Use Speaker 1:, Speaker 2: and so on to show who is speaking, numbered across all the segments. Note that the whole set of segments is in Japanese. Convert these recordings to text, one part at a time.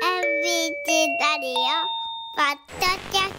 Speaker 1: チラリオパッドキャ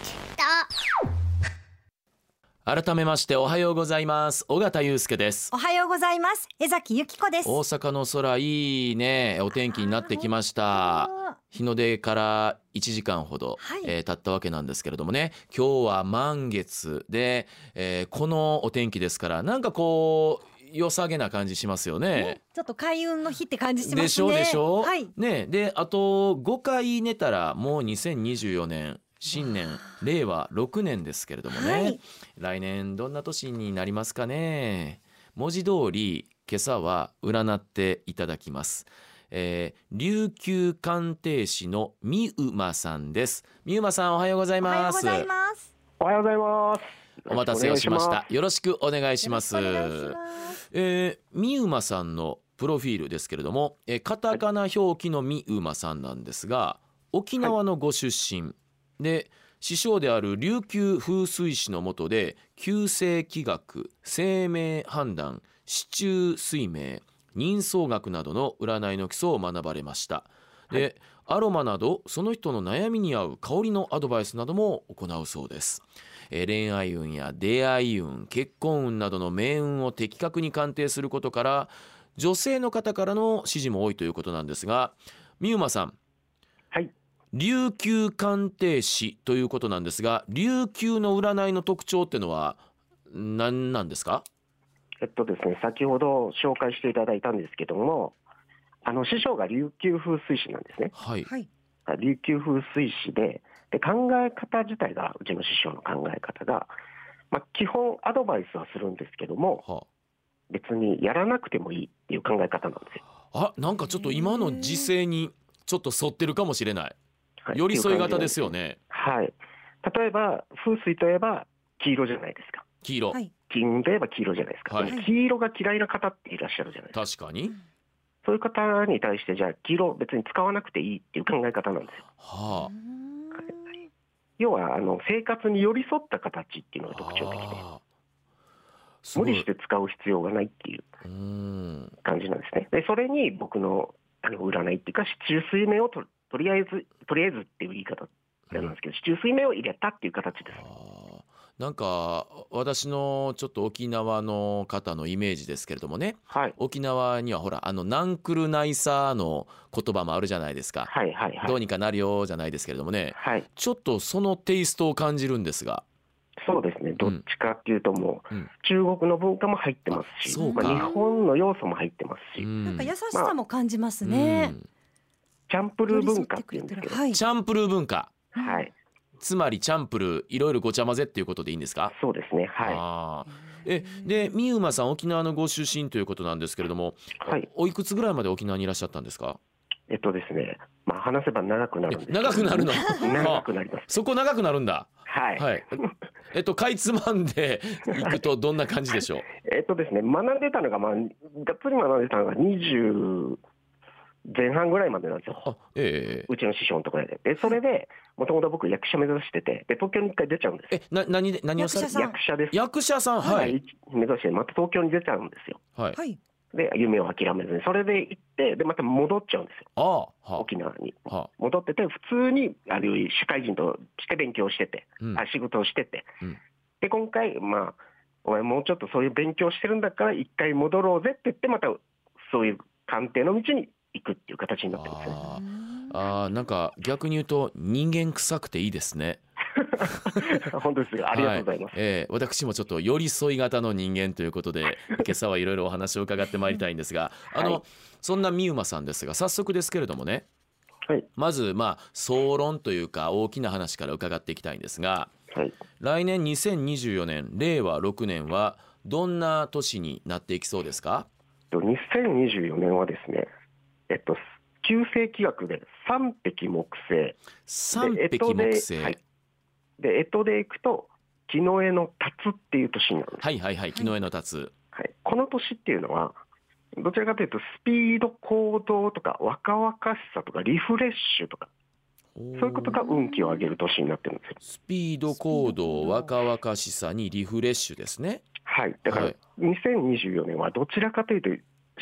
Speaker 1: スト
Speaker 2: 改めましておはようございます尾形祐介です
Speaker 3: おはようございます江崎由紀子です
Speaker 2: 大阪の空いいねお天気になってきました日の出から1時間ほど、
Speaker 3: はい
Speaker 2: えー経ったわけなんですけれどもね今日は満月で、えーこのお天気ですからなんかこう良さげな感じしますよね。
Speaker 3: ちょっと開運の日って感じしますね
Speaker 2: でしょうでしょう。
Speaker 3: はい
Speaker 2: ねであと5回寝たらもう2024年新年令和6年ですけれどもね、
Speaker 3: はい
Speaker 2: 来年どんな年になりますかね文字通り今朝は占っていただきます、えー琉球鑑定士の三馬さんです三馬さんおはようござい
Speaker 3: おはよ
Speaker 2: ま
Speaker 3: うご
Speaker 2: す
Speaker 3: ざいます
Speaker 4: おはようございます。
Speaker 2: お待たせをしまし
Speaker 4: お願
Speaker 2: たよろしくお願いします
Speaker 3: よろしくお願いします
Speaker 2: えー、三馬さんのプロフィールですけれども、えーカタカナ表記の三馬さんなんですが沖縄のご出身、で師匠である琉球風水師の下で旧世紀学生命判断市中水明人相学などの占いの基礎を学ばれました。で、アロマなどその人の悩みに合う香りのアドバイスなども行うそうです。えー恋愛運や出会い運結婚運などの命運を的確に鑑定することから女性の方からの支持も多いということなんですが三馬さん
Speaker 4: はい
Speaker 2: 琉球鑑定士ということなんですが琉球の占いの特徴ってのは何なんですか
Speaker 4: えっとですね、先ほど紹介していただいたんですけども、あの師匠が琉球風水師なんですね。
Speaker 2: はい、
Speaker 3: はい
Speaker 4: 琉球風水師で、で考え方自体がうちの師匠の考え方が、まあ基本アドバイスはするんですけども、
Speaker 2: は
Speaker 4: 別にやらなくてもいいっていう考え方なんですよ。
Speaker 2: あなんかちょっと今の時勢にちょっと沿ってるかもしれない
Speaker 4: は
Speaker 2: 寄り添い型で
Speaker 4: よ。
Speaker 2: すよね
Speaker 4: はい。例えば風水といえば黄色じゃないですか。
Speaker 2: 黄色、
Speaker 3: はい
Speaker 4: 金といえば黄色じゃないですか。
Speaker 2: はい
Speaker 4: でも黄色が嫌いな方っていらっしゃるじゃないですか。
Speaker 2: 確かに
Speaker 4: そういう方に対して、じゃあ、黄色、別に使わなくていいっていう考え方なんですよ。
Speaker 2: は
Speaker 3: うん
Speaker 4: 要は、あの生活に寄り添った形っていうの
Speaker 2: あ
Speaker 4: が特徴的で、
Speaker 2: あーす
Speaker 4: 無
Speaker 2: ごい
Speaker 4: 理して使う必要がないっていう
Speaker 2: うん
Speaker 4: 感じなんですね。で、それに僕のあの占いっていうか、中水面をととりあえず、とりあえずっていう言い方なんですけど、中水面を入れたっていう形です。
Speaker 2: あーなんか私のちょっと沖縄の方のイメージですけれどもね
Speaker 4: はい。
Speaker 2: 沖縄にはほらあのナンクルナイサーの言葉もあるじゃないですか、
Speaker 4: はいはいは
Speaker 2: ど
Speaker 4: い。
Speaker 2: うにかなるよじゃないですけれどもね
Speaker 4: はい。
Speaker 2: ちょっとそのテイストを感じるんですが
Speaker 4: そうですね。どっちかっていうと、もう、
Speaker 2: うん
Speaker 4: 中国の文化も入ってますし、
Speaker 2: そう
Speaker 4: ま
Speaker 2: か
Speaker 4: あ、日本の要素も入ってますし、
Speaker 2: うん
Speaker 3: なんか優しさも感じますね、
Speaker 2: うん
Speaker 4: チャンプルー文化っていうんですけど、
Speaker 3: はい
Speaker 2: チャンプルー文化
Speaker 4: はい。
Speaker 2: つまりチャンプルーいろいろごちゃ混ぜっていうことでいいんですか
Speaker 4: そうですね。はい。
Speaker 2: あーえで三馬さん沖縄のご出身ということなんですけれども、
Speaker 4: はい、
Speaker 2: おいくつぐらいまで沖縄にいらっしゃったんですか
Speaker 4: えっとですね、まあ、話せば長くなるんですけど
Speaker 2: 長くなるの
Speaker 4: 長くなります。
Speaker 2: そこ長くなるんだ
Speaker 4: はい、
Speaker 2: はい。えっと、かいつまんでいくとどんな感じでしょう。
Speaker 4: えっとですね、学んでたのが、まあ、がっつり学んでたのが20前半ぐらいまでなんですよ。
Speaker 2: あ、ええ
Speaker 4: うちの師匠のところで。で、それで、もともと僕役者目指してて、で、東京に一回出ちゃうんです。
Speaker 2: え、な、何で、何をさ
Speaker 3: 役者さん
Speaker 4: 役者です。
Speaker 2: 役者さん、は、
Speaker 4: はいい。目指して、また東京に出ちゃうんですよ。
Speaker 2: はい。
Speaker 3: はい
Speaker 4: で、夢を諦めずに。それで行って、で、また戻っちゃうんですよ。
Speaker 2: ああ、はあ、
Speaker 4: 沖縄に。
Speaker 2: はあ、
Speaker 4: 戻ってて、普通に、あの、社会人として勉強してて。
Speaker 2: うん、
Speaker 4: あ仕事をしてて、
Speaker 2: うん
Speaker 4: で今回、まあ、お前、もうちょっとそういう勉強してるんだから、一回戻ろうぜって言って、またそういう鑑定の道に行くっていう形になってますね。
Speaker 2: ああ、ああ、なんか逆に言うと、人間臭くていいですね。
Speaker 4: 本当ですよ、ありがとうございます。
Speaker 2: はええ私もちょっと寄り添い型の人間ということ で、今朝はいろいろお話を伺ってまいりたいんですが、あの、
Speaker 4: はい
Speaker 2: そんな三馬さんですが、早速ですけれどもね、
Speaker 4: はい、
Speaker 2: まずまあ総論というか大きな話から伺っていきたいんですが、
Speaker 4: はい、
Speaker 2: 来年2024年令和6年はどんな年になっていきそうですか
Speaker 4: と2024年はですね、えっと、旧世紀学で三匹木星、
Speaker 2: 三
Speaker 4: で
Speaker 2: 匹木星、
Speaker 4: 干支で
Speaker 2: は
Speaker 4: はいい、、で、干支で行くと、木の絵の立つっていう年になるんです、
Speaker 2: はいはい木の絵の立つ
Speaker 4: はい。この年っていうのは、どちらかというと、スピード、行動とか、若々しさとか、リフレッシュとか、そういうことが運気を上げる年になってるんですよ。
Speaker 2: スピード行動若々しさにリフレッシュですね
Speaker 4: はい。だから、
Speaker 2: はい
Speaker 4: 2024年はどちらかというと、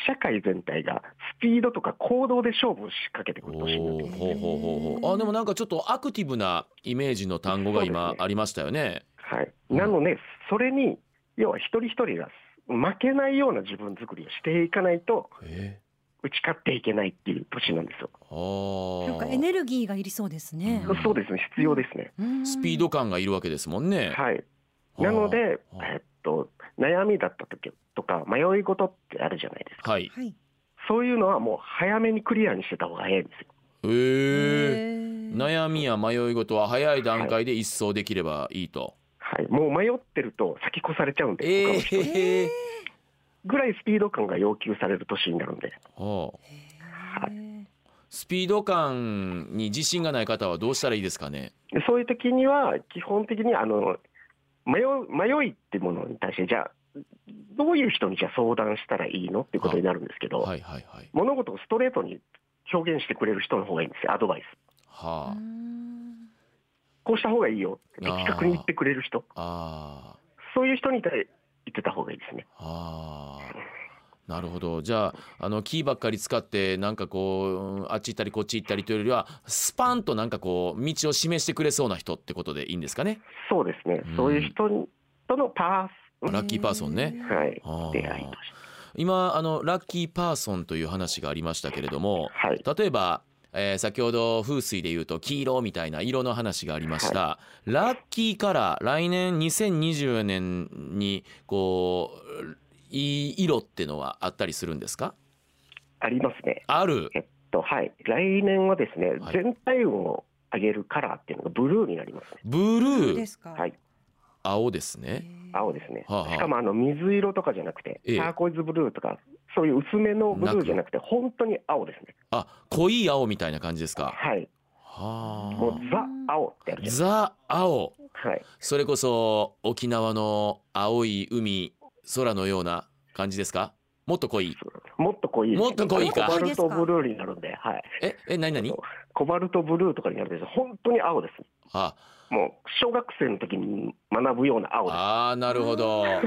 Speaker 4: 社会全体がスピードとか行動で勝負を仕掛けてく
Speaker 2: お
Speaker 4: る年になって
Speaker 2: お
Speaker 4: ます
Speaker 2: ほうほうほうほうあでもなんかちょっとアクティブなイメージの単語が
Speaker 4: そう
Speaker 2: 今
Speaker 4: ですね
Speaker 2: ありましたよね。
Speaker 4: はい、なので、それに要は一人一人が負けないような自分作りをしていかないと
Speaker 2: え
Speaker 4: 打ち勝っていけないっていう年なんですよ。
Speaker 2: あー
Speaker 3: なんかエネルギーがいりそうですね
Speaker 2: う。ん
Speaker 4: そうですね必要ですね、
Speaker 3: うん
Speaker 2: スピード感がいるわけですもんね。
Speaker 4: はい、
Speaker 2: はあ
Speaker 4: なので、
Speaker 2: はあ
Speaker 4: えっと、悩みだった時とか迷い事ってあるじゃないですか
Speaker 2: はい。
Speaker 3: はい。
Speaker 4: そういうのはもう早めにクリアにしてた方が早いんですよ。
Speaker 2: へえ。
Speaker 3: 悩
Speaker 2: 悩みや迷い事は早い段階で一掃できればいいと。
Speaker 4: はい、もう迷ってると先越されちゃうんで、
Speaker 2: ええ
Speaker 4: 他の人に
Speaker 2: ー。
Speaker 4: ぐらいスピード感が要求される年になるんで
Speaker 2: はあ。スピード感に自信がない方はどうしたらいいですかね。
Speaker 4: でそういう時には基本的にあの迷う迷いってものに対してじゃあどういう人にじゃあ相談したらいいのっていうことになるんですけど、
Speaker 2: はいはいはい。
Speaker 4: 物事をストレートに表現してくれる人の方がいいんですよアドバイス
Speaker 2: はあ。
Speaker 4: こうした方がいいよって的確に言ってくれる人
Speaker 2: あ
Speaker 4: そういう人に対して言ってた方がいいですね
Speaker 2: あ。ああ。なるほど。じゃあ、あのキーばっかり使って、なんかこう、うんあっち行ったりこっち行ったりというよりは。スパンとなんかこう、道を示してくれそうな人ってことでいいんですかね。
Speaker 4: そうですね、
Speaker 2: うん
Speaker 4: そういう人とのパース
Speaker 2: ラッキーパーソンね。
Speaker 4: はい
Speaker 2: ああ
Speaker 4: 出会いとして
Speaker 2: 今あのラッキーパーソンという話がありましたけれども
Speaker 4: はい
Speaker 2: 例えば、えー先ほど風水で言うと黄色みたいな色の話がありました、ラッキーカラー来年2020年にこういい色ってのはあったりするんですか
Speaker 4: ありますね
Speaker 2: ある
Speaker 4: えっとはい来年はですね、
Speaker 2: はい
Speaker 4: 全体運を上げるカラーっていうのがブルーになりますね
Speaker 2: ブルー
Speaker 3: ですか。
Speaker 4: はい
Speaker 2: 青ですね
Speaker 4: 青ですね、
Speaker 2: はあはあ
Speaker 4: しかもあの水色とかじゃなくて、
Speaker 2: ええ
Speaker 4: ターコイズブルーとか、そういう薄めのブルーじゃなくて、本当に青ですね、
Speaker 2: あ濃い青みたいな感じですか
Speaker 4: はい、もう
Speaker 2: はあ
Speaker 4: ザ・青ってあるじゃん、
Speaker 2: ザ青
Speaker 4: はい、
Speaker 2: それこそ沖縄の青い海空のような感じですかもっと濃い
Speaker 4: もっと濃いですね、
Speaker 2: もっと濃いか
Speaker 4: コバルトブルーになるんで、はい、
Speaker 2: ええ何何
Speaker 4: コバルトブルーとかになるんです本当に青です、
Speaker 2: あ
Speaker 4: もう小学生の時に学ぶような青で
Speaker 2: あーなるほど
Speaker 4: はい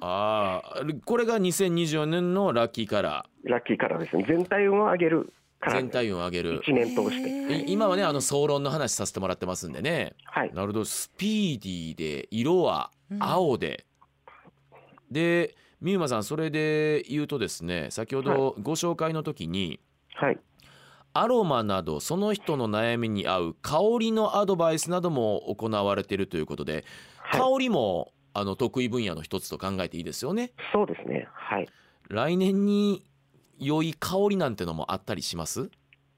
Speaker 2: あーこれが2024年のラッキーカラ
Speaker 4: す、ラッキーカラーですね、全体運を上げるカ
Speaker 2: ー
Speaker 4: ラー
Speaker 2: 全
Speaker 4: です、
Speaker 2: 体運を上げる
Speaker 4: 1年通して、
Speaker 2: い今はねあの総論の話させてもらってますんでね
Speaker 4: はい、
Speaker 2: なるほどスピーディーで色は青で、で三馬さんそれで言うとですね先ほどご紹介の時に、
Speaker 4: はい、
Speaker 2: アロマなどその人の悩みに合う香りのアドバイスなども行われているということで、
Speaker 4: はい
Speaker 2: 香りもあの得意分野の一つと考えていいですよね
Speaker 4: そうですね、はい、
Speaker 2: 来年に良い香りなんてのもあったりします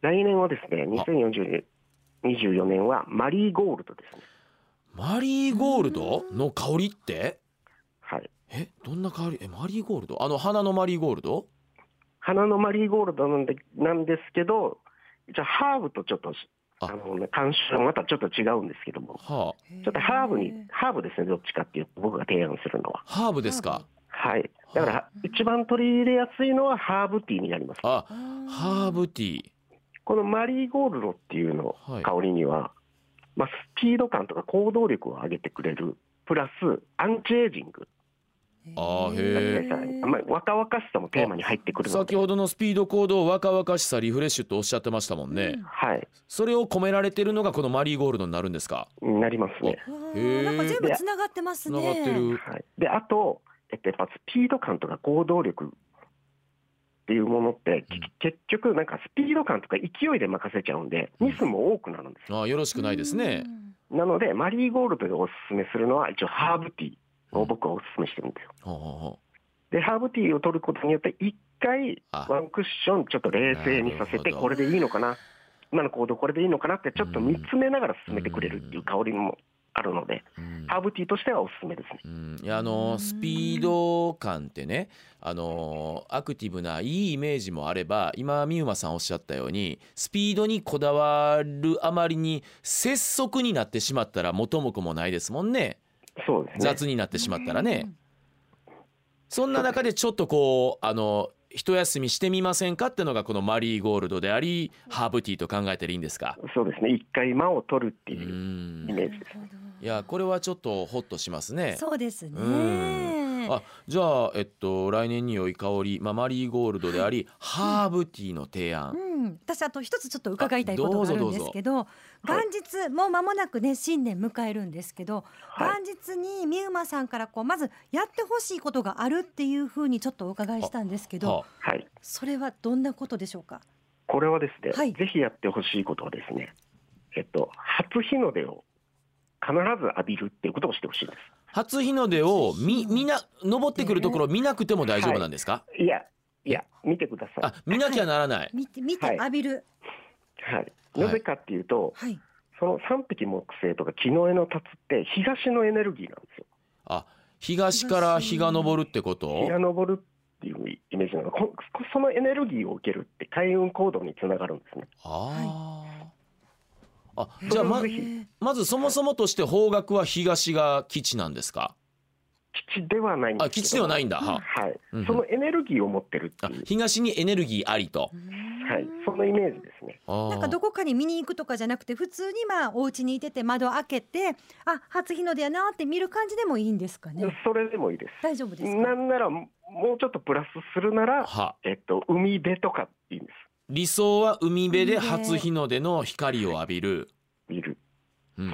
Speaker 4: 来年はですね、2040 24年はマリーゴールドですね。
Speaker 2: マリーゴールドの香りって
Speaker 4: はい、
Speaker 2: えどんな香りえマリーゴールドあの花のマリーゴールド
Speaker 4: 花のマリーゴールドなんでなんですけど、じゃあハーブとちょっとし
Speaker 2: あ
Speaker 4: あの、ね、鑑賞はまたちょっと違うんですけども、
Speaker 2: は
Speaker 4: ちょっとハーブに、ハーブですね、どっちかっていうと、僕が提案するのは。
Speaker 2: あハーブですか
Speaker 4: はい、だ
Speaker 2: は
Speaker 4: から一番取り入れやすいのはハーブティーになります。
Speaker 2: あ
Speaker 3: ハ
Speaker 2: ハーブティー
Speaker 4: このマリーゴールドっていうの
Speaker 2: はい
Speaker 4: 香りには、まあ、スピード感とか行動力を上げてくれる、プラスアンチエイジング、
Speaker 2: あーへえ
Speaker 4: さんまあ若々しさもテーマに入ってくるの
Speaker 2: 先
Speaker 4: で、
Speaker 2: ほどのスピード行動若々しさリフレッシュとおっしゃってましたもんね、
Speaker 4: はい、
Speaker 2: それを込められてるのがこのマリーゴールドになるんですか。
Speaker 4: なりますね。
Speaker 2: へー
Speaker 3: なんか全部つながってます
Speaker 2: 繋
Speaker 3: ね。
Speaker 2: がってる。
Speaker 4: はい、であと、えっと、やっぱスピード感とか行動力っていうものって、
Speaker 2: うん
Speaker 4: き結局なんかスピード感とか勢いで任せちゃうんでミスも多くなるんですよ、
Speaker 2: あ、よろしくないですね
Speaker 3: う。ん。
Speaker 4: なのでマリーゴールドでおすすめするのは一応ハーブティーを僕はおすすめしてるんですよ
Speaker 2: ほうほうほ
Speaker 4: でハーブティーを取ることによって一回
Speaker 2: あ
Speaker 4: ワンクッションちょっと冷静に
Speaker 2: な
Speaker 4: させ
Speaker 2: るほ
Speaker 4: て
Speaker 2: ど
Speaker 4: これでいいのかな今の行動これでいいのかなってちょっと見つめながら進めてくれるっていう香りもあるので
Speaker 2: ううん
Speaker 4: ハーブティーとしてはおすすめですね
Speaker 2: うん、いやあのスピード感ってねあのアクティブないいイメージもあれば今美馬さんおっしゃったようにスピードにこだわるあまりに拙速になってしまったら元も子もないですもんね
Speaker 4: そうですね
Speaker 2: 雑になってしまったらねそんな中でちょっとこうあの一休みしてみませんかってのがこのマリーゴールドでありハーブティーと考えてでいいんですか
Speaker 4: そうですね、一回間を取るって
Speaker 2: う
Speaker 4: いうイ
Speaker 2: ん
Speaker 4: メージです。
Speaker 3: なるほど
Speaker 2: いやこれはちょっとホッとしますね。
Speaker 3: そうですね。
Speaker 2: う
Speaker 3: ね。
Speaker 2: あじゃあ、えっと、来年に良い香り、まあ、マリーゴールドであり、ハーブティーの提案、
Speaker 3: うん、私あと一つちょっと伺いたいことがあるんですけど
Speaker 4: どうぞ
Speaker 3: 元日もう間もなくね新年迎えるんですけど、
Speaker 4: はい
Speaker 3: 元日に美馬さんからこうまずやってほしいことがあるっていうふうにちょっとお伺いしたんですけど、
Speaker 2: は
Speaker 4: はい、
Speaker 3: それはどんなことでしょうか
Speaker 4: これはですね、
Speaker 3: はい
Speaker 4: ぜひやってほしいことはですね、えっと、初日の出を必ず浴びるっていうことをしてほしいんで
Speaker 2: あ初日の出をみ
Speaker 3: 初日の出
Speaker 2: みな登ってくるところを見なくても大丈夫なんですか、
Speaker 4: す。いや、いや、見てくださ
Speaker 2: あ見なきゃならない、
Speaker 3: 見て見て
Speaker 4: はい
Speaker 3: 浴びる
Speaker 4: い。はい。なぜかっていうと、
Speaker 3: はい、
Speaker 4: その3匹木星とか木の絵の立つって東のエネルギーなんですよ。
Speaker 2: あ東から日が昇るってこと
Speaker 4: 日が昇るっていうイメージなのこそのエネルギーを受けるって開運行動につながるんですね。
Speaker 2: あー、あじゃあま
Speaker 4: ぜひ
Speaker 3: へ
Speaker 2: まずそもそもとして方角は東が基地なんですか
Speaker 4: 基地ではないんです
Speaker 2: あ
Speaker 4: けど
Speaker 2: 基地ではないんだ、は
Speaker 4: はい、
Speaker 2: うん
Speaker 4: そのエネルギーを持ってるっ
Speaker 2: あ
Speaker 4: ていう、
Speaker 2: 東にエネルギーありと
Speaker 3: ーう
Speaker 4: はい
Speaker 3: ん、
Speaker 4: そのイメージですね。
Speaker 2: あー
Speaker 3: なんかどこかに見に行くとかじゃなくて普通にまあお家にいてて窓開けてあ初日の出やなって見る感じでもいいんですかね
Speaker 4: それでもいいです。
Speaker 3: 大丈夫です
Speaker 4: な
Speaker 3: か
Speaker 4: んならもうちょっとプラスするなら、
Speaker 2: は
Speaker 4: えっと、海辺とかっていいんで
Speaker 2: 理想は海辺で
Speaker 3: 海辺
Speaker 2: 初日の出の光を浴びる、
Speaker 4: す。いる。
Speaker 2: うん、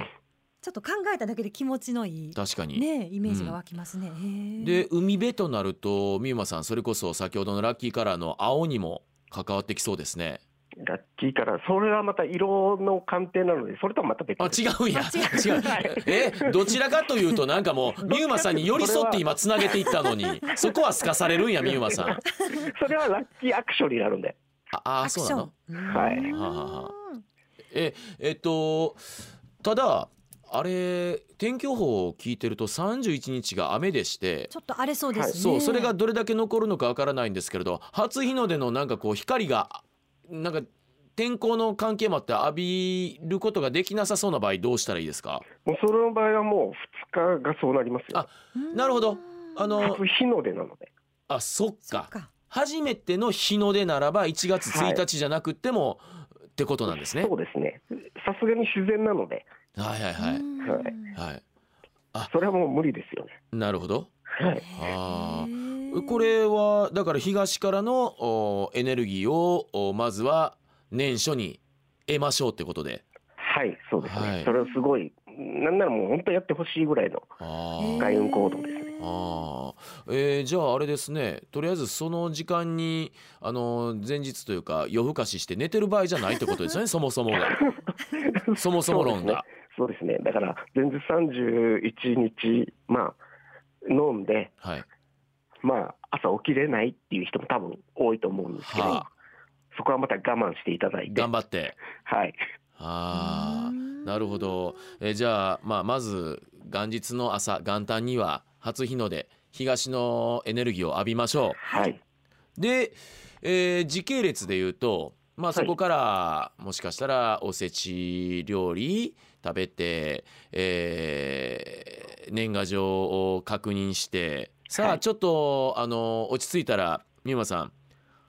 Speaker 3: ちょっと考えただけで気持ちのいい
Speaker 2: 確かに、
Speaker 3: ねえイメージが湧きますね、へえ
Speaker 2: で海辺となると美馬さんそれこそ先ほどのラッキーカラーの青にも関わってきそうですね
Speaker 4: ラッキーから、それはまた色の鑑定なので、それとはまた別
Speaker 2: あ
Speaker 4: です。
Speaker 2: 違うんや
Speaker 3: あ
Speaker 2: 違
Speaker 3: 違
Speaker 2: う
Speaker 3: う
Speaker 2: えどちらかというとなんか もう美馬さんに寄り添って今つなげていったのにそこはすかされるん や美馬さんあ
Speaker 4: それはラッキーアクションになるんで。
Speaker 2: あー
Speaker 3: アクシ
Speaker 2: そうな
Speaker 3: ョ
Speaker 2: の
Speaker 3: ンう
Speaker 4: はい
Speaker 3: ーん
Speaker 2: はあはあはええっとただあれ天気予報を聞いてると31日が雨でして
Speaker 3: ちょっと荒れそうですね、
Speaker 2: そうそれがどれだけ残るのかわからないんですけれど初日の出のなんかこう光がなんか天候の関係もあって浴びることができなさそうな場合どうしたらいいですか
Speaker 4: もうその場合はもう2日がそうなります
Speaker 2: あ
Speaker 4: よ。
Speaker 3: うん
Speaker 2: なるほどあの
Speaker 4: 初日の出なので。
Speaker 2: あそっ
Speaker 3: そ
Speaker 2: か
Speaker 3: っか
Speaker 2: 初めての日の出ならば1月1日じゃなくっても、ってことなんですね
Speaker 4: そうですね。さすがに自然なので、
Speaker 2: はいはいは
Speaker 3: う
Speaker 2: い
Speaker 3: ん
Speaker 4: はい
Speaker 2: はい
Speaker 4: それはもう無理ですよね。
Speaker 2: なるほど
Speaker 4: はい。
Speaker 2: あー
Speaker 3: へえ
Speaker 2: これはだから東からのおエネルギーをおまずは年初に得ましょうってことで
Speaker 4: はい、そうですね。
Speaker 2: はい
Speaker 4: それはすごい、なんならもう本当やってほしいぐらいの。
Speaker 2: あ
Speaker 3: へ
Speaker 2: ー
Speaker 3: え
Speaker 4: 開運行動ですね
Speaker 2: ああ、えーじゃああれですねとりあえずその時間にあの前日というか夜更かしして寝てる場合じゃないってこと ですよねそもそもがそもそも論が
Speaker 4: そうですね。だから、前日31日、まあ、飲んで、
Speaker 2: はい
Speaker 4: まあ、朝起きれないっていう人も多分多いと思うんですけど、
Speaker 2: はあ
Speaker 4: そこはまた我慢していただいて、
Speaker 2: 頑張って
Speaker 4: はい、
Speaker 2: あ
Speaker 3: う
Speaker 2: あ
Speaker 3: ん
Speaker 2: なるほど、えーじゃあ、まあ、まず元日の朝元旦には初日の出東のエネルギーを浴びましょう。
Speaker 4: はい、
Speaker 2: で、えー時系列で言うと、まあ、
Speaker 4: い
Speaker 2: そこから、もしかしたらおせち料理食べて、えー年賀状を確認してさあ、
Speaker 4: はい
Speaker 2: ちょっとあの落ち着いたら美馬さん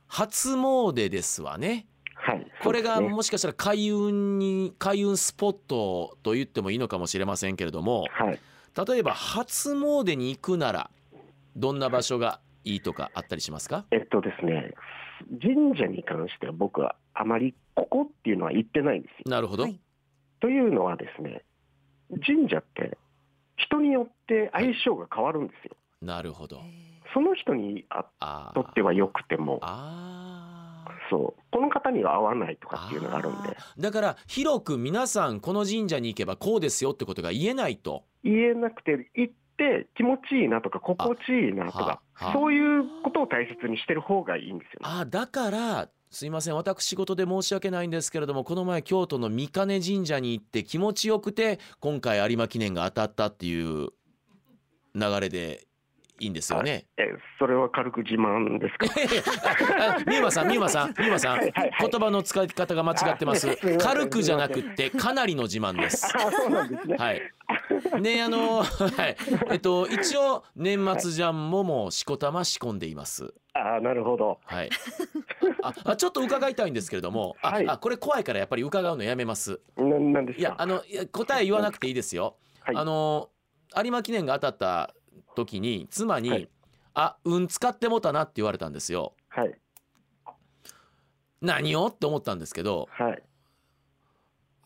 Speaker 2: 初詣ですわね
Speaker 4: はい、
Speaker 2: これが
Speaker 4: そうですね
Speaker 2: もしかしたら開運に開運スポットと言ってもいいのかもしれませんけれども
Speaker 4: はい、
Speaker 2: 例えば初詣に行くならどんな場所がいいとかあったりしますか
Speaker 4: えっとですね、神社に関しては僕はあまりここっていうのは言ってないんですよ。
Speaker 2: なるほど、
Speaker 3: はい
Speaker 4: というのはですね、神社って人によって相性が変わるんですよ。
Speaker 2: なるほど。
Speaker 3: へ
Speaker 4: その人にあ
Speaker 2: あ
Speaker 4: とっては良くても、
Speaker 2: あー
Speaker 4: そう、この方には合わないとか
Speaker 2: あ
Speaker 4: っていうのがあるんで、
Speaker 2: ーだから広く皆さんこの神社に行けばこうですよってことが言えないと
Speaker 4: 言えなくて行って気持ちいいなとか心地いいなとか
Speaker 2: あはあ
Speaker 4: そういうことを大切にしてる方がいいんですよね。
Speaker 2: あーだからすいません私事で申し訳ないんですけれどもこの前京都の三金神社に行って気持ちよくて今回有馬記念が当たったっていう流れでいいんですよね。
Speaker 4: えそれは軽く自慢ですか
Speaker 2: あ美馬さん美馬さん美馬さん
Speaker 4: はいはいはい
Speaker 2: 言葉の使い方が間違ってます
Speaker 4: あすいません
Speaker 2: 軽くじゃなくってかなりの自慢です。
Speaker 4: あそうなんですね。
Speaker 2: はい。ねあのはいえっと一応年末ジャンももうしこたま仕込んでいます。
Speaker 4: ああなるほど。
Speaker 2: はい。ああちょっと伺いたいんですけれども、あ,、
Speaker 4: はい
Speaker 2: あこれ怖いからやっぱり伺うのやめます。
Speaker 4: ななんです
Speaker 2: いや
Speaker 4: か
Speaker 2: あのいや答え言わなくていいですよ。
Speaker 4: はい
Speaker 2: あの有馬記念が当たった時に妻に、
Speaker 4: はい
Speaker 2: あ運使ってもたなって言われたんですよ
Speaker 4: はい
Speaker 2: 何をって思ったんですけど
Speaker 4: はい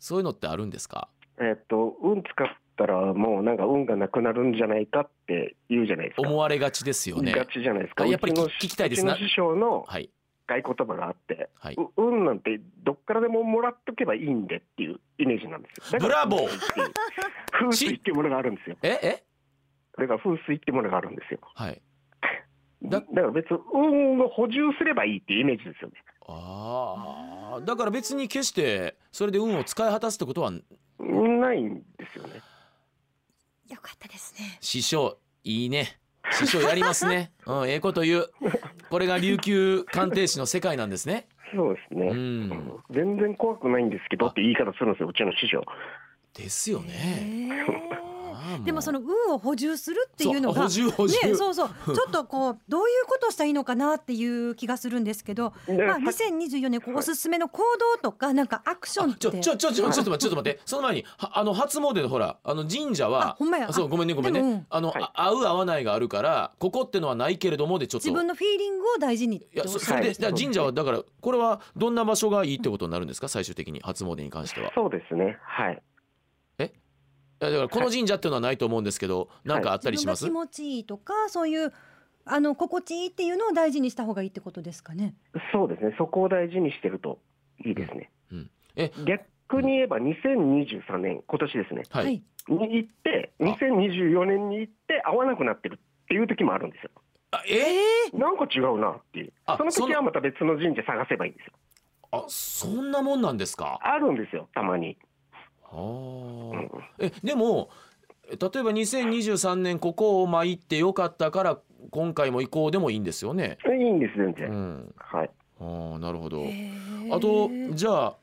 Speaker 2: そういうのってあるんですか
Speaker 4: えーっと運使ったらもうなんか運がなくなるんじゃないかって言うじゃないですか
Speaker 2: 思われがちですよね
Speaker 4: ガチじゃないですか
Speaker 2: あやっぱり
Speaker 4: うちの
Speaker 2: 聞き聞きたいですな
Speaker 4: うちの師匠の
Speaker 2: はい
Speaker 4: 合言葉があって、
Speaker 2: はい、
Speaker 4: う運なんてどっからでももらっとけばいいんでっていうイメージなんですよだから
Speaker 2: ブラボー
Speaker 4: 風水っ ていう風水っていうものがあるんですよ
Speaker 2: ええ
Speaker 4: だから風水っていうものがあるんですよ
Speaker 2: はいだ
Speaker 4: だから別に運を補充すればいいっていうイメージですよね
Speaker 2: あーだから別に決してそれで運を使い果たすってことは
Speaker 4: ないんですよね
Speaker 3: よかったですね
Speaker 2: 師匠いい ね師匠やりますねうんええこと言うこれが琉球鑑定士の世界なんですね
Speaker 4: そうですね、
Speaker 2: うん
Speaker 4: 全然怖くないんですけどって言い方するんですようちの師匠
Speaker 2: ですよね
Speaker 3: へー
Speaker 2: ああ
Speaker 3: でもその
Speaker 2: っ
Speaker 3: 運を補充するっていうのが
Speaker 2: 補充補充、
Speaker 3: ね、そうそう ちょっとこうどういうことをしたらいいのかなっていう気がするんですけど、
Speaker 4: で
Speaker 3: まあ、
Speaker 4: さ
Speaker 3: 2024年こうおすすめの行動とかなんかアクション
Speaker 2: あ
Speaker 3: っ
Speaker 2: ちょ
Speaker 3: て
Speaker 2: ちょちょちょちょっと待ってちょっと待ってその前にはあの初詣のほらあの神社は
Speaker 3: あほんまや
Speaker 2: あそうごめんねごめんね、
Speaker 3: でもうん
Speaker 2: あの、
Speaker 4: はい
Speaker 2: あ合う合わないがあるからここってのはないけれどもでちょっと
Speaker 3: 自分のフィーリングを大事に
Speaker 2: いやそ
Speaker 4: し
Speaker 2: それ
Speaker 4: は
Speaker 2: で
Speaker 4: い
Speaker 2: じゃあ神社はだからこれはどんな場所がいいってことになるんですか最終的に初詣に関しては。い
Speaker 4: そうですねはい
Speaker 2: やだからこの神社っていうのはないと思うんですけどなんかあったりし
Speaker 3: 自分
Speaker 2: ま
Speaker 3: が
Speaker 2: す、
Speaker 3: 気持ちいいとかそういうあの心地いいっていうのを大事にした方がいいってことですかね。
Speaker 4: そうですねそこを大事にしてるといいですね、
Speaker 2: うんえ
Speaker 4: 逆に言えば2023年今年ですね
Speaker 2: はい、
Speaker 4: に行って
Speaker 2: あ
Speaker 4: 2024年に行って会わなくなってるっていう時もあるんですよ
Speaker 2: あえ
Speaker 4: なんか違うなっていう
Speaker 2: あ
Speaker 4: その
Speaker 2: そ
Speaker 4: 時
Speaker 2: の
Speaker 4: はまた別の神社探せばいいんですよ
Speaker 2: あそんなもんなんですか
Speaker 4: あるんですよたまに、
Speaker 2: あ
Speaker 4: う
Speaker 2: ー
Speaker 4: ん
Speaker 2: えでも例えば2023年ここをまあ行ってよかったから今回も行こうでもいいんですよね。
Speaker 4: いいんです全
Speaker 2: う
Speaker 4: 然、
Speaker 2: ん、
Speaker 4: はい
Speaker 2: あーなるほど、
Speaker 3: へー
Speaker 2: あとじゃあ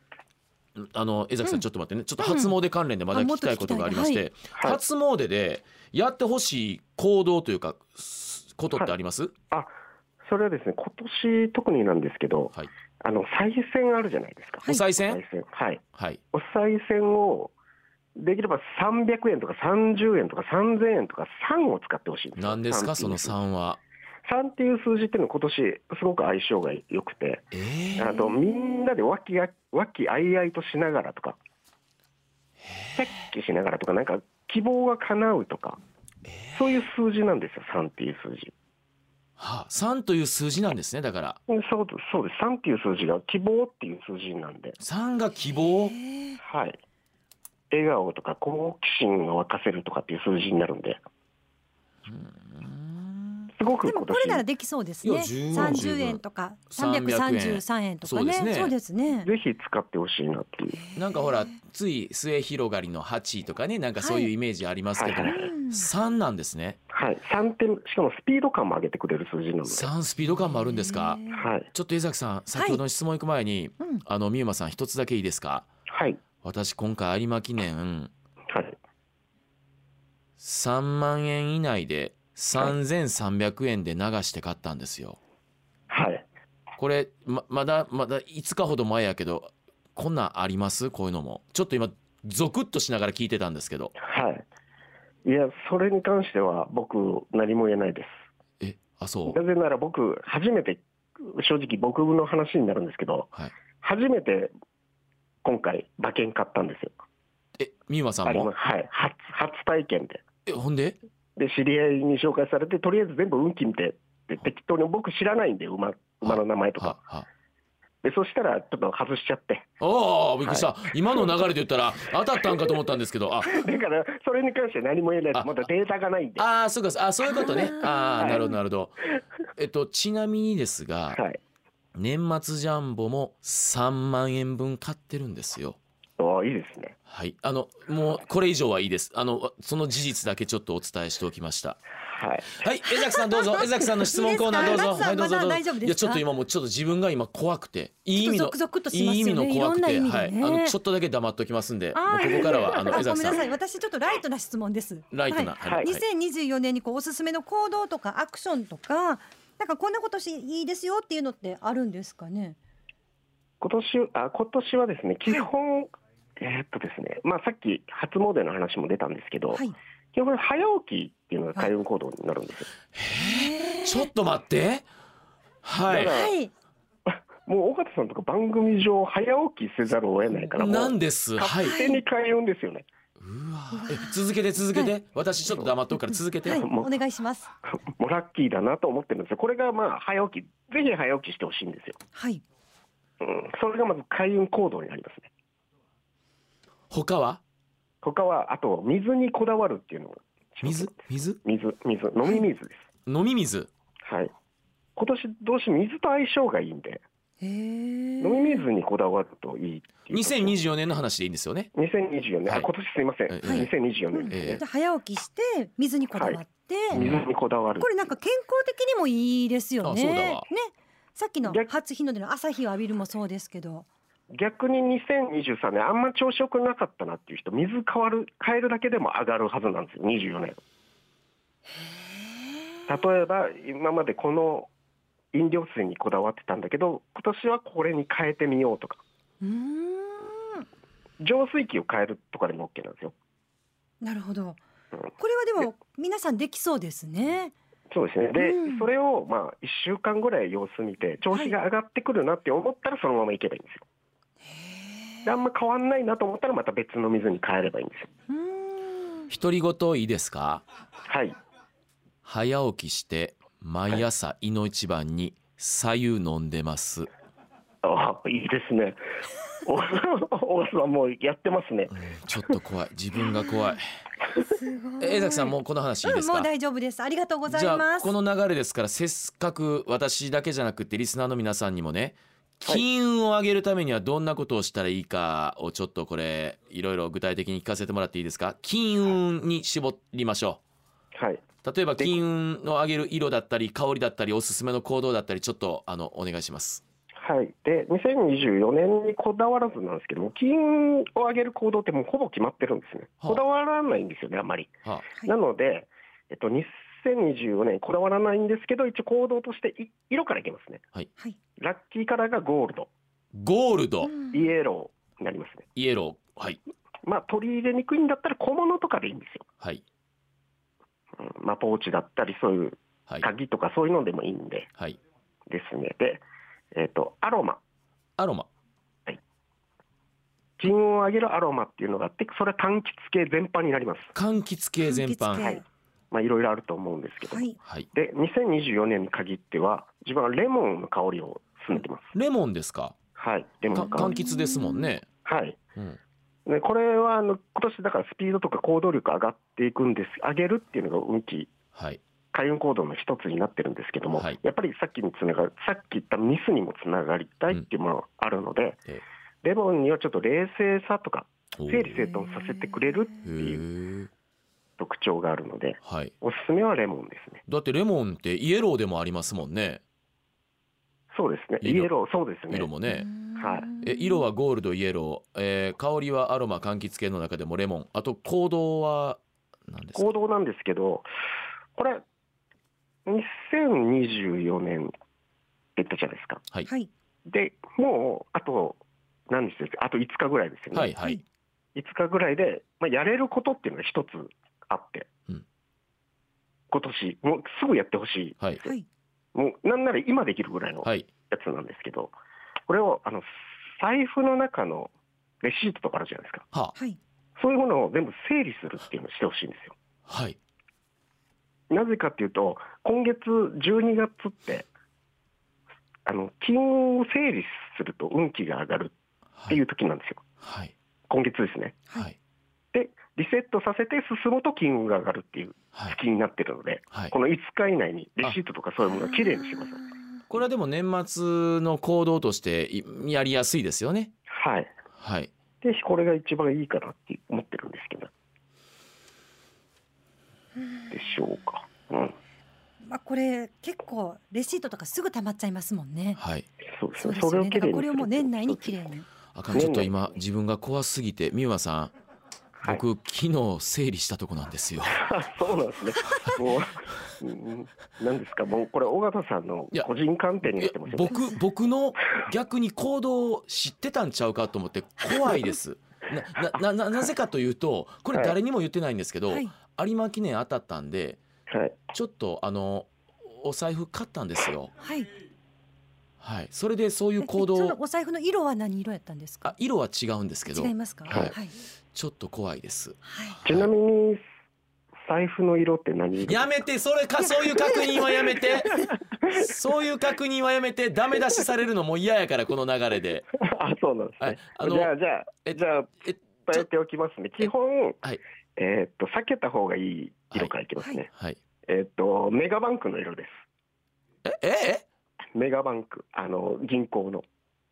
Speaker 2: あの江崎さん、ちょっと待ってねちょっと初詣関連でまだ
Speaker 3: あ
Speaker 2: 聞きたいことがありまして、
Speaker 3: も
Speaker 4: はい
Speaker 2: 初詣でやってほしい行動というかすことってあります、
Speaker 4: それはですね今年特になんですけど、
Speaker 2: はい
Speaker 4: あの再選あるじゃないですか、
Speaker 2: お賽銭
Speaker 4: 再選はい
Speaker 2: はい
Speaker 4: お賽銭をできれば300円とか30円とか3000円とか3を使ってほしいんですよ
Speaker 2: 何ですか
Speaker 4: 3
Speaker 2: その3は
Speaker 4: 3っていう数字っていうのは今年すごく相性が良くて
Speaker 2: えー
Speaker 4: あとみんなで和気あ和気あいあいとしながらとかさっきしながらとかなんか希望が叶うとかそういう数字なんですよ3っていう数字
Speaker 2: はあ、3という数字なんですねだから
Speaker 4: うんそうですそうです3っていう数字が希望っていう数字なんで
Speaker 2: 3が希望
Speaker 3: へー
Speaker 4: はい笑顔とか好奇心を沸かせるとかっていう数字になるんで
Speaker 2: うん
Speaker 4: すごく
Speaker 3: で
Speaker 4: 今
Speaker 3: も
Speaker 4: 年
Speaker 3: これならできそうです
Speaker 2: い
Speaker 3: ね。
Speaker 2: や十分
Speaker 3: 三
Speaker 2: 十
Speaker 3: 十
Speaker 2: 分
Speaker 3: 円とか三百三
Speaker 2: 300円
Speaker 3: 十三円と
Speaker 2: そ
Speaker 3: かね。
Speaker 2: うですね
Speaker 3: そうですね。
Speaker 4: ぜひ使ってほしいなっていう
Speaker 2: なんかほらつい末広がりの8とかねなんかそういうイメージありますけども、
Speaker 4: はい
Speaker 3: うん
Speaker 2: 3なんですね
Speaker 4: はい3点しかもスピード感も上げてくれる数字なので
Speaker 2: 3スピード感もあるんですか
Speaker 3: へー
Speaker 4: はい
Speaker 2: ちょっと江崎さん先ほどの質問行く前に、
Speaker 3: うん
Speaker 2: あの美馬さん一つだけいいですか
Speaker 4: はい
Speaker 2: 私今回有馬記念
Speaker 4: はい
Speaker 2: 3万円以内で3300円で流して買ったんですよ。
Speaker 4: はい
Speaker 2: これままだまだ5日ほど前やけどこんなんありますこういうのもちょっと今ゾクッとしながら聞いてたんですけど
Speaker 4: はい。いや、それに関しては僕、何も言えないで
Speaker 2: えあ
Speaker 4: す。
Speaker 2: そ
Speaker 4: な
Speaker 2: う
Speaker 4: ぜなら僕、初めて、正直僕の話になるんですけど、
Speaker 2: はい
Speaker 4: 初めて今回、馬券買ったんですよ。
Speaker 2: え美馬さん
Speaker 4: 有馬
Speaker 2: も
Speaker 4: はい。初、初体験で。
Speaker 2: えほんで
Speaker 4: で、知り合いに紹介されて、とりあえず全部運気見て、で適当に僕知らないんで、馬、馬の名前と
Speaker 2: は
Speaker 4: か。
Speaker 2: は
Speaker 4: で、そしたら、ちょっと外しちゃ って。
Speaker 2: おおびっくりした、今の流れで言ったら当たったんかと思ったんですけどあ
Speaker 4: だから、それに関して何も言えないです。まだデータがないんで。は
Speaker 2: あーそうかあそういうことねああなるほどなるほどえっとちなみにですが
Speaker 4: い。
Speaker 2: 年末ジャンボも3万円分買ってるんですよ。
Speaker 4: おーいいですね。
Speaker 2: はい、あのもうこれ以上はいいです。あのその事実だけちょっとお伝えしておきました。
Speaker 4: はい。
Speaker 2: はい、江崎さんどう ぞ。江崎さんの質問コーナーどうぞ。
Speaker 3: いいですか
Speaker 2: はい、どうぞ
Speaker 3: まだ
Speaker 2: どうぞ。
Speaker 3: 大丈夫ですか
Speaker 2: いやちょっと今もうちょっと自分が今怖くて、いい意味
Speaker 3: ちょ
Speaker 2: の
Speaker 3: っとゾクゾクっとしま
Speaker 2: い
Speaker 3: す
Speaker 2: い意
Speaker 3: よね
Speaker 2: 味の怖く
Speaker 3: い
Speaker 2: て、
Speaker 3: ろんな意味で
Speaker 2: はい、あ
Speaker 3: ね
Speaker 2: のちょっとだけ黙っときますんで、も
Speaker 3: あ
Speaker 2: う
Speaker 3: ー
Speaker 2: ここからは あの江
Speaker 3: ご
Speaker 2: 崎
Speaker 3: めん
Speaker 2: さ
Speaker 3: なさ
Speaker 2: ん
Speaker 3: い私ちょっとライトな質問です
Speaker 2: ライトな、
Speaker 3: はい
Speaker 4: はい
Speaker 3: 2024年にこうおすすめの行動とかアクションとかなんかこんなことしいいですよっていうのってあるんですかね
Speaker 4: 今年あ今年はですね基本えーっとですねまあさっき初詣の話も出たんですけど、
Speaker 3: はい
Speaker 4: 基本早起きっていうのが開運行動になるんですよ。
Speaker 2: ちょっと待って。はい
Speaker 4: だ。か
Speaker 3: はい。
Speaker 4: もう尾形さんとか番組上早起きせざるを得ないからも
Speaker 2: なん
Speaker 4: う
Speaker 2: です。はい。
Speaker 4: 勝手に開運ですよね。
Speaker 2: うわえ続けて続けて、私ちょっと黙っとくから続けて、
Speaker 3: はい、
Speaker 4: もう
Speaker 3: お願いします。
Speaker 4: もうラッキーだなと思ってるんですよ。これがまあ早起き、ぜひ早起きしてほしいんですよ。
Speaker 3: はい。
Speaker 4: うん、それがまず開運行動になりますね。
Speaker 2: 他は
Speaker 4: 他はあと水にこだわるっていうのも
Speaker 2: 水水
Speaker 4: 水水飲み水です。
Speaker 2: 飲み水
Speaker 4: はい。今年どうしても水と相性がいいんで
Speaker 3: へえ。
Speaker 4: 飲み水にこだわるといいっていう。
Speaker 2: 2024年の話でいいんですよね
Speaker 4: 2024年、
Speaker 2: は
Speaker 4: あ
Speaker 2: い
Speaker 4: 今年すいません、
Speaker 2: はい
Speaker 4: 2024年ですね
Speaker 2: ええ
Speaker 3: で早起きして水にこだわって、
Speaker 2: はい
Speaker 4: 水にこだわる
Speaker 3: これなんか健康的にもいいですよね。
Speaker 2: あそうだわ
Speaker 3: ね。さっきの
Speaker 4: 逆
Speaker 3: 初日の出の朝日を浴びるもそうですけど、
Speaker 4: 逆に2023年あんま調子よくなかったなっていう人水変わる変えるだけでも上がるはずなんですよ24年例えば今までこの飲料水にこだわってたんだけど今年はこれに変えてみようとか
Speaker 3: うーん、
Speaker 4: 浄水器を変えるとかでも OK なんですよ
Speaker 3: なるほど。
Speaker 4: うん
Speaker 3: これはでも皆さんできそうですね。
Speaker 4: そうですねで、
Speaker 3: うん
Speaker 4: それをまあ1週間ぐらい様子見て調子が上がってくるなって思ったらそのままいけばいいんですよ、であんま変わんないなと思ったらまた別の水に変えればいいんですよ
Speaker 3: うーん。
Speaker 2: 独り言いいですか
Speaker 4: はい
Speaker 2: 早起きして毎朝胃の一番に左右飲んでます、
Speaker 4: ああ、いいですね。 おおさんもうやってますね
Speaker 2: う。んちょっと怖い自分が怖い
Speaker 3: すごい。
Speaker 2: え江崎さんもうこの話いいです
Speaker 3: う
Speaker 2: か、
Speaker 3: ん、もう大丈夫です。ありがとうござい
Speaker 2: じゃ
Speaker 3: ま
Speaker 2: あ
Speaker 3: す。
Speaker 2: この流れですからせっかく私だけじゃなくてリスナーの皆さんにもね
Speaker 4: はい
Speaker 2: 金運を上げるためにはどんなことをしたらいいかをちょっとこれいろいろ具体的に聞かせてもらっていいですか金運に絞りましょ
Speaker 4: はい。
Speaker 2: う例えば
Speaker 4: で
Speaker 2: 金運を上げる色だったり香りだったりおすすめの行動だったりちょっとあのお願いします
Speaker 4: はい。で、2024年にこだわらずなんですけども、金を上げる行動ってもうほぼ決まってるんですね。
Speaker 2: はあ
Speaker 4: こだわらないんですよね、あんまり。
Speaker 2: は
Speaker 3: はい
Speaker 4: なので、えっと、2024年こだわらないんですけど、一応行動としてい色からいきますね。
Speaker 3: はい。
Speaker 4: ラッキーカラーがゴールド、
Speaker 2: ゴールド、
Speaker 3: うん
Speaker 4: イエローになりますね。
Speaker 2: イエローはい
Speaker 4: まあ、取り入れにくいんだったら小物とかでいいんですよ。
Speaker 2: はい
Speaker 4: うん、まあ、ポーチだったり、そういう
Speaker 2: はい
Speaker 4: 鍵とかそういうのでもいいんで
Speaker 2: はい
Speaker 4: ですね。で、えっと、アロマ。
Speaker 2: アロマ
Speaker 4: 金運を上げるアロマっていうのがあって、それは柑橘系全般になります。
Speaker 2: 柑橘系全
Speaker 3: 柑
Speaker 2: 般
Speaker 3: 橘
Speaker 2: は
Speaker 3: 系
Speaker 2: い、
Speaker 4: まあ、いろいろあると思うんですけど、
Speaker 3: はい。
Speaker 4: で2024年に限っては、自分はレモンの香りを進めてます。
Speaker 2: レモンですか
Speaker 4: はい、レモ
Speaker 2: か
Speaker 4: ンの香
Speaker 2: 柑
Speaker 4: り。
Speaker 2: 橘ですもんね、
Speaker 4: はい
Speaker 2: うん、
Speaker 4: でこれはあの今年だからスピードとか行動力上がっていくんです上げるっていうのが運気
Speaker 2: はい
Speaker 4: 開運行動の一つになってるんですけども、
Speaker 2: はい
Speaker 4: やっぱりさっきにつながるさっき言ったミスにもつながりたいっていうものがあるので、
Speaker 2: ええ
Speaker 4: レモンにはちょっと冷静さとか
Speaker 2: おー
Speaker 4: 整理整頓させてくれるってい
Speaker 2: へ
Speaker 4: う
Speaker 2: え
Speaker 4: 特徴があるので
Speaker 2: はい
Speaker 4: おすすめはレモンですね。
Speaker 2: だってレモンってイエローでもありますもんね
Speaker 4: そうですね。イ
Speaker 2: 色
Speaker 4: エロー、そうですね。
Speaker 2: 色もね
Speaker 4: はい
Speaker 2: え色はゴールドイエロー、えー香りはアロマ柑橘系の中でもレモンあと行動は何です
Speaker 4: 行
Speaker 2: か
Speaker 4: 動なんですけど、これ、2024年って言ったじゃないですか。
Speaker 2: はい
Speaker 3: はい。
Speaker 4: で、もう、あと、何日ですかあと5日ぐらいですよね。
Speaker 2: はいはい
Speaker 4: 5日ぐらいで、まあ、やれることっていうのが一つあって、
Speaker 2: うん
Speaker 4: 今年、もうすぐやってほしい。
Speaker 2: はい
Speaker 3: はい。
Speaker 4: もう、なんなら今できるぐらいの
Speaker 2: はい
Speaker 4: やつなんですけど、これを、あの、財布の中のレシートとかあるじゃないですか。
Speaker 2: は
Speaker 3: はい。
Speaker 4: そういうものを全部整理するっていうのをしてほしいんですよ。
Speaker 2: はい
Speaker 4: なぜかっていうと、今月12月って、あの金運を整理すると運気が上がるっ
Speaker 2: は
Speaker 4: てい
Speaker 2: いう
Speaker 4: 時なんですよ、
Speaker 2: はい
Speaker 4: 今月ですね。
Speaker 2: はい
Speaker 4: リセットさせて進むと金運が上がるっていう
Speaker 2: はい
Speaker 4: 月になってるので、
Speaker 2: はい
Speaker 4: この5日以内にレシートとかそういうものをきれいにしてください。
Speaker 2: これはでも年末の行動としていやりやすいですよね
Speaker 4: はい、
Speaker 2: はい
Speaker 4: でこれが一番いいかなって思ってるんですけど、でしょうか。うん、
Speaker 3: まあこれ結構レシートとかすぐ溜まっちゃいますもんね。
Speaker 2: はい
Speaker 4: そうです
Speaker 3: そう
Speaker 4: ね。
Speaker 3: です
Speaker 4: それ
Speaker 3: よ
Speaker 4: を
Speaker 3: ね。
Speaker 4: き
Speaker 3: だか
Speaker 4: れい
Speaker 3: らこれを
Speaker 4: にする
Speaker 3: もう年内に綺麗に。
Speaker 2: あかんちょっと今自分が怖すぎて美馬さん
Speaker 4: はい
Speaker 2: 僕昨日整理したとこなんですよ
Speaker 4: あ そうなんですね。もう、うん、なんですか、もうこれ、尾形さんの
Speaker 2: いや
Speaker 4: 個人観点に
Speaker 2: い
Speaker 4: な
Speaker 2: や
Speaker 4: ってますよね。
Speaker 2: 僕僕の逆に行動を知ってたんちゃうかと思って怖いです。なななななぜかというとこれ誰にも言ってないんですけど、
Speaker 3: はい。
Speaker 2: 有馬記念当たったんで
Speaker 4: はい。
Speaker 2: ちょっとあのお財布買ったんですよ
Speaker 3: はい。
Speaker 2: はいそれでそういう行
Speaker 3: えそ
Speaker 2: 動
Speaker 3: のお財布の色は何色やったんです
Speaker 2: あ
Speaker 3: か。
Speaker 2: 色は違うんですけど
Speaker 3: 違いますか。
Speaker 4: はい
Speaker 3: はい。
Speaker 2: ちょっと怖いです
Speaker 3: はい
Speaker 4: ちなみに、財布の色って何色
Speaker 2: やめてそれかそういう確認はやめてそういう確認はやめてダメ出しされるのも嫌やからこの流れで
Speaker 4: あ、そうなんです
Speaker 2: は
Speaker 4: ね
Speaker 2: い。あの
Speaker 4: じゃあ、じゃ
Speaker 2: え
Speaker 4: あ、じゃあ、
Speaker 2: え
Speaker 4: 伝えておきますね。基本、
Speaker 2: はい
Speaker 4: えーっと、避けた方がいい色からいきますね。
Speaker 2: はい
Speaker 4: えーっと、メガバンクの色です。
Speaker 2: えええ
Speaker 4: メガバンク、あの、銀行の。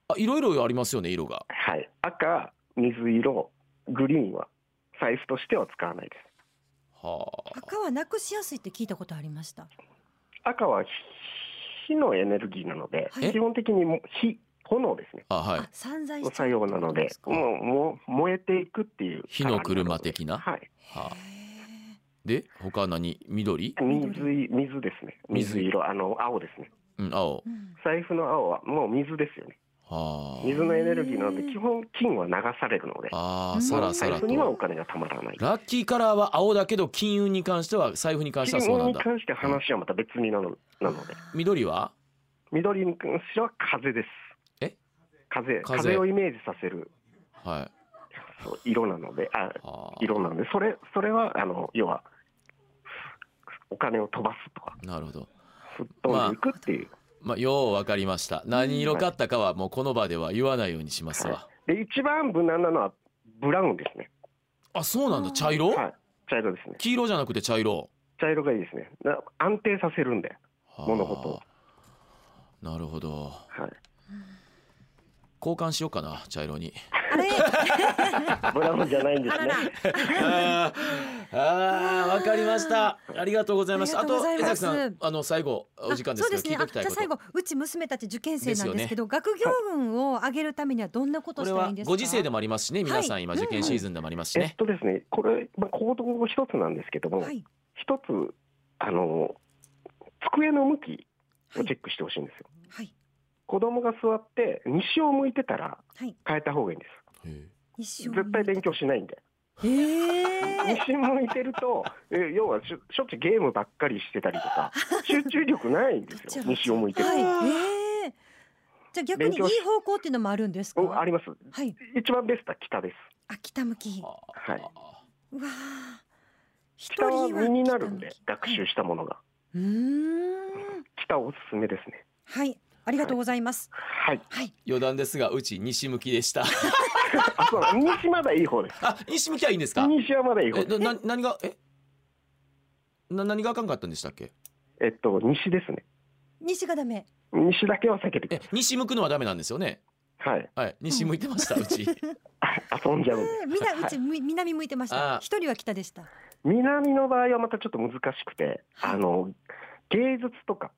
Speaker 2: あいろいろありますよね色が
Speaker 4: はい。赤、水色、グリーンは、財布としては使わないです。
Speaker 2: はあ
Speaker 3: 赤はなくしやすいって聞いたことありました。
Speaker 4: 赤は火のエネルギーなので、
Speaker 3: はい
Speaker 4: 基本的にもう火、炎ですね。
Speaker 2: あはい
Speaker 3: あ、散財
Speaker 4: の作用なので、
Speaker 3: も
Speaker 4: もう、もう燃えていくっていう。
Speaker 2: 火の車的な
Speaker 4: はい。
Speaker 2: はあで他何緑、
Speaker 4: 水い、水ですね。水色、あの、青ですね。
Speaker 2: うん、青
Speaker 3: うん、
Speaker 4: 財布の青はもう水ですよね。
Speaker 2: は
Speaker 4: 水のエネルギーなので、
Speaker 3: うん
Speaker 4: 基本金は流されるので、
Speaker 2: ああ
Speaker 3: う
Speaker 2: ー
Speaker 3: ん
Speaker 2: さらさ
Speaker 4: 財
Speaker 2: ら
Speaker 4: 布
Speaker 2: と
Speaker 4: にはお金がたまらない。
Speaker 2: ラッキーカラーは青だけど金運に関しては財布に関してはそう
Speaker 4: 金
Speaker 2: なん
Speaker 4: 運に
Speaker 2: だ
Speaker 4: 関して話はまた別になのなので、
Speaker 2: 緑は
Speaker 4: 緑に関しては風です。
Speaker 2: え
Speaker 4: 風、
Speaker 2: 風
Speaker 4: 風をイメージさせる
Speaker 2: はい
Speaker 4: そう色なので、あ、
Speaker 2: はあ
Speaker 4: 色なんで、それ、それは、あの、要は、お金を飛ばすとか、
Speaker 2: なるほど
Speaker 4: 吹っ飛んでいくっていう。
Speaker 2: まあようわかりました何色買ったかはもうこの場では言わないようにしますわ、
Speaker 4: で、一番無難なのはブラウンですね。
Speaker 2: あそうなんだ茶色、
Speaker 4: はい。茶色ですね。
Speaker 2: 黄色じゃなくて茶色
Speaker 4: 茶色がいいですね。な安定させるんで。
Speaker 2: はあ
Speaker 4: 物事を
Speaker 2: なるほど
Speaker 4: はい。
Speaker 2: 交換しようかな茶色に
Speaker 3: あれ、
Speaker 4: ブラウンじゃないんで
Speaker 3: あ
Speaker 4: す
Speaker 3: ら
Speaker 4: ね
Speaker 3: ら。。
Speaker 2: あーあーわかりましたありがとうございました
Speaker 3: あ
Speaker 2: あ
Speaker 3: りがとうござい
Speaker 2: と江
Speaker 3: ます
Speaker 2: 崎さんあの最後お時間ですけど聞いと
Speaker 3: あ
Speaker 2: きたいこ
Speaker 3: じゃあ
Speaker 2: と
Speaker 3: 最後、うち娘たち受験生なんですけど、学業運を上げるためにはどんなこ
Speaker 2: こ
Speaker 3: とを
Speaker 2: れ
Speaker 3: したらいい
Speaker 2: は
Speaker 3: んですか。
Speaker 2: ご時世で
Speaker 3: も。
Speaker 2: もありますしね、
Speaker 3: はい
Speaker 2: 皆さん今受験シーズンでもありますし
Speaker 4: えっ
Speaker 2: ね。
Speaker 4: とですね、これ、まあ、行動の一つなんですけども、
Speaker 3: はい。
Speaker 4: 一つ、あの、机の向きをチェックしてほしいんですよ。
Speaker 3: はい。
Speaker 4: 子供が座って、西を向いてたら
Speaker 3: はい。
Speaker 4: 変えた方がいいんで
Speaker 2: へえ
Speaker 3: 一
Speaker 4: す。
Speaker 3: 生。
Speaker 4: 絶対勉。強しないんで。
Speaker 3: ええ
Speaker 4: 西向いてると、え要はしょしょっちゅうゲームばっかりしてたりと か、集中力ないんですよ、
Speaker 3: どち
Speaker 4: 西を向いてると。
Speaker 3: はい。ええじゃあ逆にいい
Speaker 4: 勉強し
Speaker 3: 方向っていうのもあるんですか。
Speaker 4: うんあります。
Speaker 3: はい。
Speaker 4: 一番ベストは北です。
Speaker 3: あ、北向き。
Speaker 2: あ
Speaker 4: はいう
Speaker 3: わあ。一
Speaker 4: 北は身になるんで
Speaker 3: 北向、き
Speaker 4: 学習したものが。
Speaker 3: うーん。
Speaker 4: 北おすすめですね。
Speaker 3: はい。ありがとうございます。
Speaker 4: はい。
Speaker 3: はい。
Speaker 2: 余談ですが、うち西向きでした。
Speaker 4: あ、そう、 西まだいい方です。
Speaker 2: あ、西向きはいいんですか。
Speaker 4: 西はまだいい方
Speaker 2: え、
Speaker 4: です。
Speaker 2: な、な何が、え。な、何があかんかったんでしたっけ。
Speaker 4: えっと、西ですね。
Speaker 3: 西がダメ。
Speaker 4: 西だけは避けてくだ
Speaker 2: え、西向くのはダメなんですよね。
Speaker 4: さい。はい。
Speaker 2: はい、西向いてました、うち。
Speaker 4: あ遊んじゃうんで。
Speaker 3: みんなうちみ南向いてまし
Speaker 2: あ
Speaker 3: た。
Speaker 2: ー
Speaker 3: 一人は北でした。
Speaker 4: 南の場合はまたちょっと難しくて、あの、芸術とか、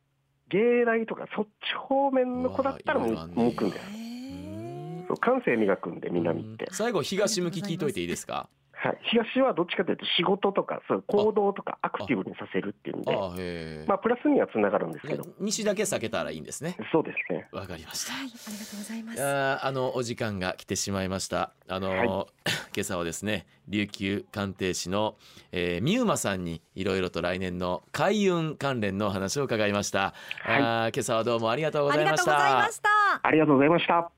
Speaker 4: 芸大とか、そっち方面の子だったら
Speaker 2: うわいろ
Speaker 4: 向
Speaker 2: いろあんね
Speaker 4: 向くんです。
Speaker 3: へえ
Speaker 4: そう感性磨くんで、南っ
Speaker 2: うん
Speaker 4: て。
Speaker 2: 最後東向き聞いといていいですか。
Speaker 4: はい。東はどっちかというと仕事とか、そういう行動とかアクティブにさせるっていうん
Speaker 2: あ
Speaker 4: で、
Speaker 2: ー、へえ
Speaker 4: まあ、プラスにはつながるんですけ
Speaker 2: ね
Speaker 4: ど、
Speaker 2: 西だけ避けたらいいんですね。
Speaker 4: そうですね。
Speaker 2: わかりました。
Speaker 3: はい、ありがとうございま
Speaker 2: い
Speaker 3: す。
Speaker 2: やーあのお時間が来てしまいました。あのー、
Speaker 4: はい
Speaker 2: 今朝はですね琉球鑑定士の、えー、三馬さんにいろいろと来年の開運関連のお話を伺いました。
Speaker 4: はい
Speaker 2: あー今朝はどうもありがとうご
Speaker 3: あ
Speaker 2: ざ
Speaker 3: り
Speaker 2: い
Speaker 3: が
Speaker 2: ま
Speaker 3: とう
Speaker 2: し
Speaker 3: ござい
Speaker 2: た
Speaker 3: ま。した。
Speaker 4: ありがとうございました。